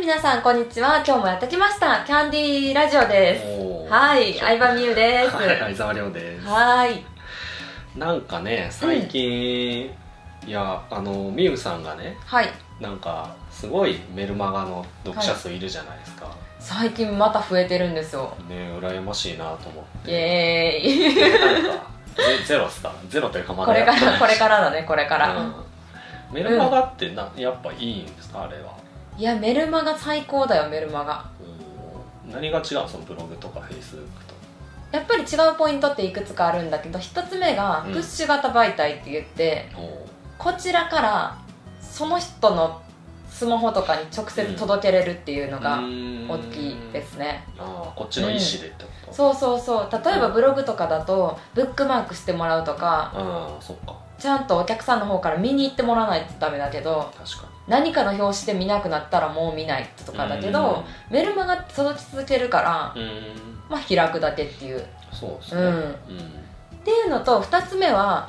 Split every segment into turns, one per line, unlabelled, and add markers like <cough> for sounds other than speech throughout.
皆さん、こんにちは。今日もやってきました。キャンディーラジオです。
おー
はい、相葉美優です。
はい、相沢亮です。
はい。
なんかね、最近、いや、あの、みゆさんがね、
はい。
なんか、すごいメルマガの読者数いるじゃないですか。
最近また増えてるんですよ。
ね、羨ましいなと思っ
イ
て。
エーイ。
なんか、 <laughs> ゼゼロっすかゼロというかま
こ
だ
れ
や
か
ってない
ら、これからだね、これから。
うんメルマガってな、やっぱいいんですかあれは。
いや、メルマガ最高だよ、メルマガ。
うん何が違うそのブログとかフェイスブックと。
やっぱり違うポイントっていくつかあるんだけど、一つ目が
う、ん
プッシュ型媒体って言って、
おー
こちらから、その人のスマホとかに直接届けれるっていうのが大きいで。すね。
うーんああ、こっちの意思でってこと。
そうそうそう例えばブログとかだとブックマークしてもらうとか
ああ、そっか。
ちゃんとお客さんの方から見に行ってもらわないとダメだけど
確かに。
何かの表紙で見なくなったらもう見ないとかだけどメルマガって届き続けるから
うん、うん
まあ、開くだけっていうっ
そうですね
うん
うん
ていうのと2つ目は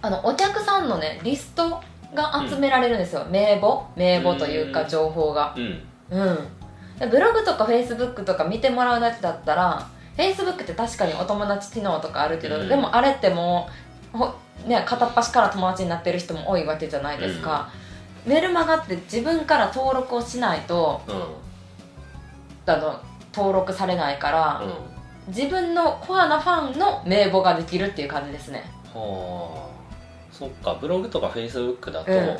あのお客さんのねリストが集められるんですよ、名簿名簿という
う
か
ん
情報が
うん
うんでブログとかフェイスブックとか見てもらうだけだったらフェイスブックって確かにお友達機能とかあるけど、
うん
でもあれってもうほ、ね、片っ端から友達になってる人も多いわけじゃないですか、メルマガって自分から登録をしないと
う
あの登録されないから、
ん
自分のコアなファンの名簿ができるっていう感じですね
はあそっかブログとかフェイスブックだと、
うん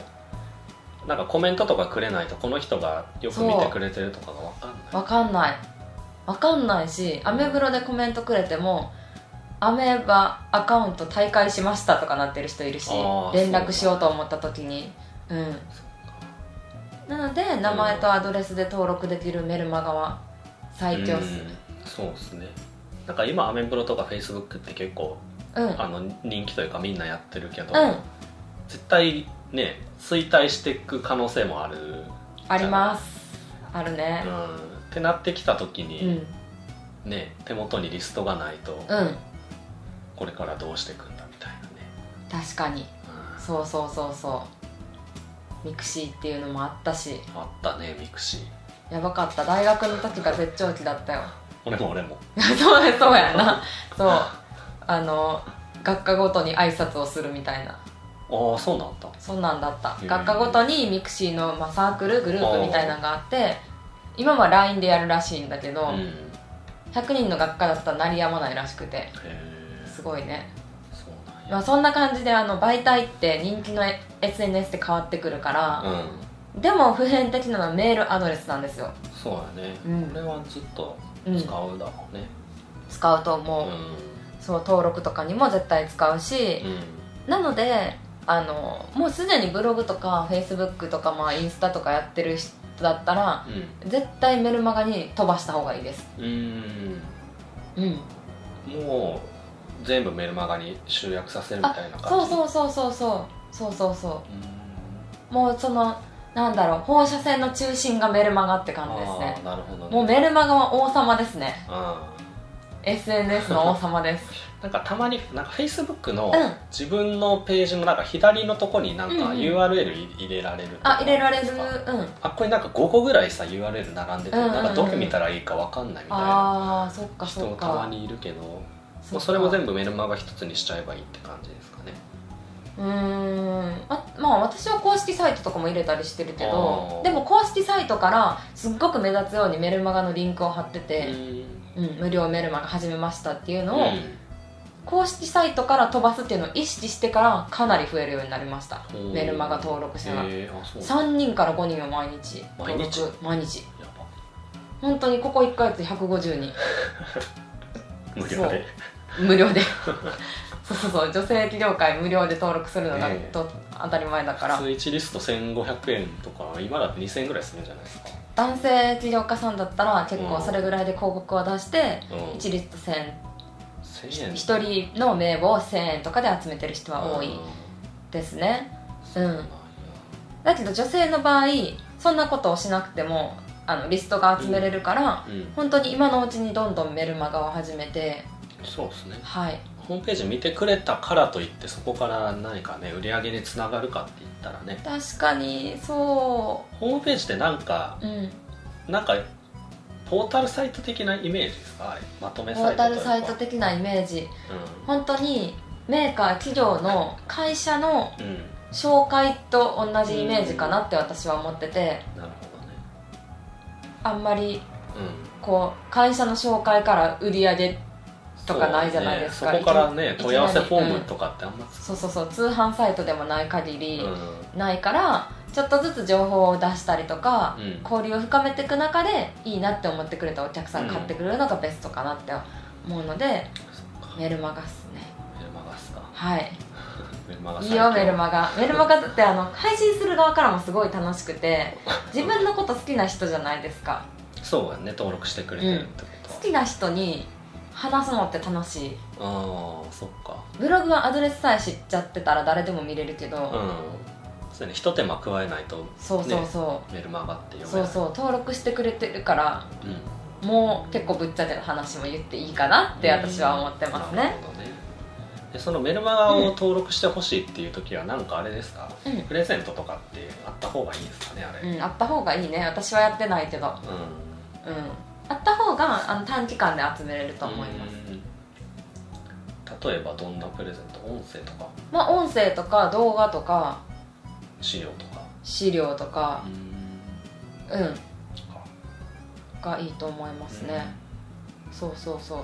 なんかコメントとかくれないとこの人がよく見てくれてるとかがわかんない
わかんないわかんないしアメブロでコメントくれてもアメーバアカウント退会しましたとかなってる人いるし
あー
連絡しようと思った時にうんなので名前とアドレスで登録できるメルマガは最強っす
うんそうですねなんか今アメブロとかフェイスブックって結構
うんうん
あの人気というかみんなやってるけど、
うん
絶対ね衰退していく可能性もある、うん、っ
ありますあるね
てなってきた時
うん
に、ね手元にリストがないと、
うん
これからどうしていくんだみたいなね
確かにそうそうそうそうミクシーっていうのもあったし
あったねミ
<laughs>
クシー
やばかった大学の時が絶頂期だったよ
俺も俺も
<laughs> そうやそうやなそうあの学科ごとに挨拶をするみたいな
ああそうなんだ
そんなんだった
へえ
学科ごとにミクシーの、まあ、サークルグループみたいなのがあって今は LINE でやるらしいんだけど、
うんへ
100人の学科だったら鳴りやまないらしくて
え
すごいね、
そうなん
まあ、
や
そんな感じであの媒体って人気の SNS で変わってくるから、
う
でも普遍的なのはメールアドレスなんですよ、
んそうやね
うん
これはずっと
うん、
使うだろうね
使うと
う
思う、
ん
そう登録とかにも絶対使うし、
うん
なのであのもうすでにブログとかフェイスブックとか、まあ、インスタとかやってる人だったら絶対メルマガに飛ばした方がいいです
うん
うん
うんもう全部メルマガに集約させるみたいな
そ
感
う
じう
そうそうそうそうそうそうそ
ん
うもうそのなんだろう放射線の中心がメルマガって感じです
ああ
ね
なるほどね
もうメルマガは王様ですね
うん
SNS の王様です
<laughs> なんかたまになんか Facebook の
うん
自分のページのなんか左のとこになんか
うんうん
URL 入れられるとか
あ入れられる
です
うん
かあこれなんか5個ぐらいさ URL 並んでて、
うんうんうん
なんかどれ見たらいいかわかんないみたいな
あーそっか
人
そ
も
った
ま
か
にいるけども
っ
う
か
それも全部メルマガ一つにしちゃえばいいって感じですかね
うーんあまあ私は公式サイトとかも入れたりしてるけど
あー
でも公式サイトからすっごく目立つようにメルマガのリンクを貼って
う
て、
ん
うん無料メルマガ始めましたっていうのを、
う
公式サイトから飛ばすっていうのを意識してからかなり増えるようになりました
ん
メルマガ登録者が、
へーあそうや
3人から5人は毎日登
毎日
録毎日
ば
本当にここ1ヶ月150人
無料で
無
<laughs>
料でそうそうそう女性起業界無料で登録するのが
ええ
と当たり前だから
普通1リスト1500円とか今だって2000円ぐらいするんじゃないですか
男性起業家さんだったら結構それぐらいで広告を出して
うん
一律1000
1000円
一人の名簿を1000円とかで集めてる人は多いですね
うん
うんだけど女性の場合そんなことをしなくてもあのリストが集めれるから、
うん
本当に今のうちにどんどんメルマガを始めて
そうですね
はい
ホームページ見てくれたからといってそこから何かね売り上げにつながるかって言ったらね
確かにそ
ホームページってなんか
ううん
なんかポータルサイト的なイメージですかあれまとめ
ポ
サ
ー
イト
タ
とい
ル
うか
サイト的なイメージ
う
本当にメーカー企業の会社の
ん、うん、
紹介と同じイメージかなって私は思ってて
なるほどね
あんまり
うん
こう会社の紹介から売り上げとかないじゃないですか
そうねそこからね
一
問い合わせフォー
う
ム
ん
とかってあんま
そうそうそう通販サイトでもない限
うん
り
うん
ないからちょっとずつ情報を出したりとか交流を深めていく中でいいなって思ってくれたお客さんが買ってくれるのがベストかなって思うので
そっか
メルマガっすね
メルマガっすか
はい
メルマガ
いいよメル
マ
マガメルマガってあの配信する側からもすごい楽しくて自分のこと好きな人じゃないですか
そうやね登録してくれてるってこ
好きな人に話すのって楽しい
とは、ああそっか
ブログはアドレスさえ知っちゃってたら誰でも見れるけど、
うんそうねひと手間加えないと
そうそうそ
メルマガって
う、
読め
そ
な
う
い
そう登録してくれてるから
うんっ
もう結構ぶっちゃけの話も言っていいかなって私は思ってます
なる
ね、
ほどねでそのメルマガを登録してほしいっていう時はなんかあれですか、
うん
プレゼントとかってあった方がいいんですかねあれ
うんあった方がいいね私はやってないけどうん
うん
あった方があの短期間で集めれると思います、
うん例えばどんなプレゼント音声とか
まあ音声とか動画とか
資料とか
資料とか
うん
うん
か
がいいと思いますね、そうそうそ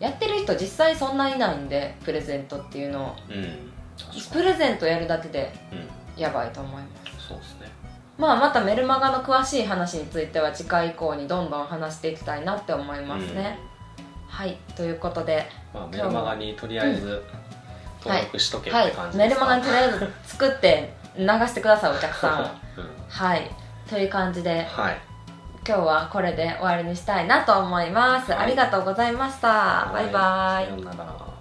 うやってる人実際そんないないんでプレゼントっていうのを
うん確か
プレゼントやるだけで
にうん
やばいと思います
そうですね
まあまたメルマガの詳しい話については次回以降にどんどん話していきたいなって思いますね、はいということで、
うんまあメルマガにとりあえず登録しとけっ
は
て
い
感じ
メ
で
ル
すか
マガにとりあえず作って流してくださいお客さんを
<laughs> うん
はいという感じで
はい
今日はこれで終わりにしたいなと思います、
はい
ありがとうございました、バイバイ
さようなら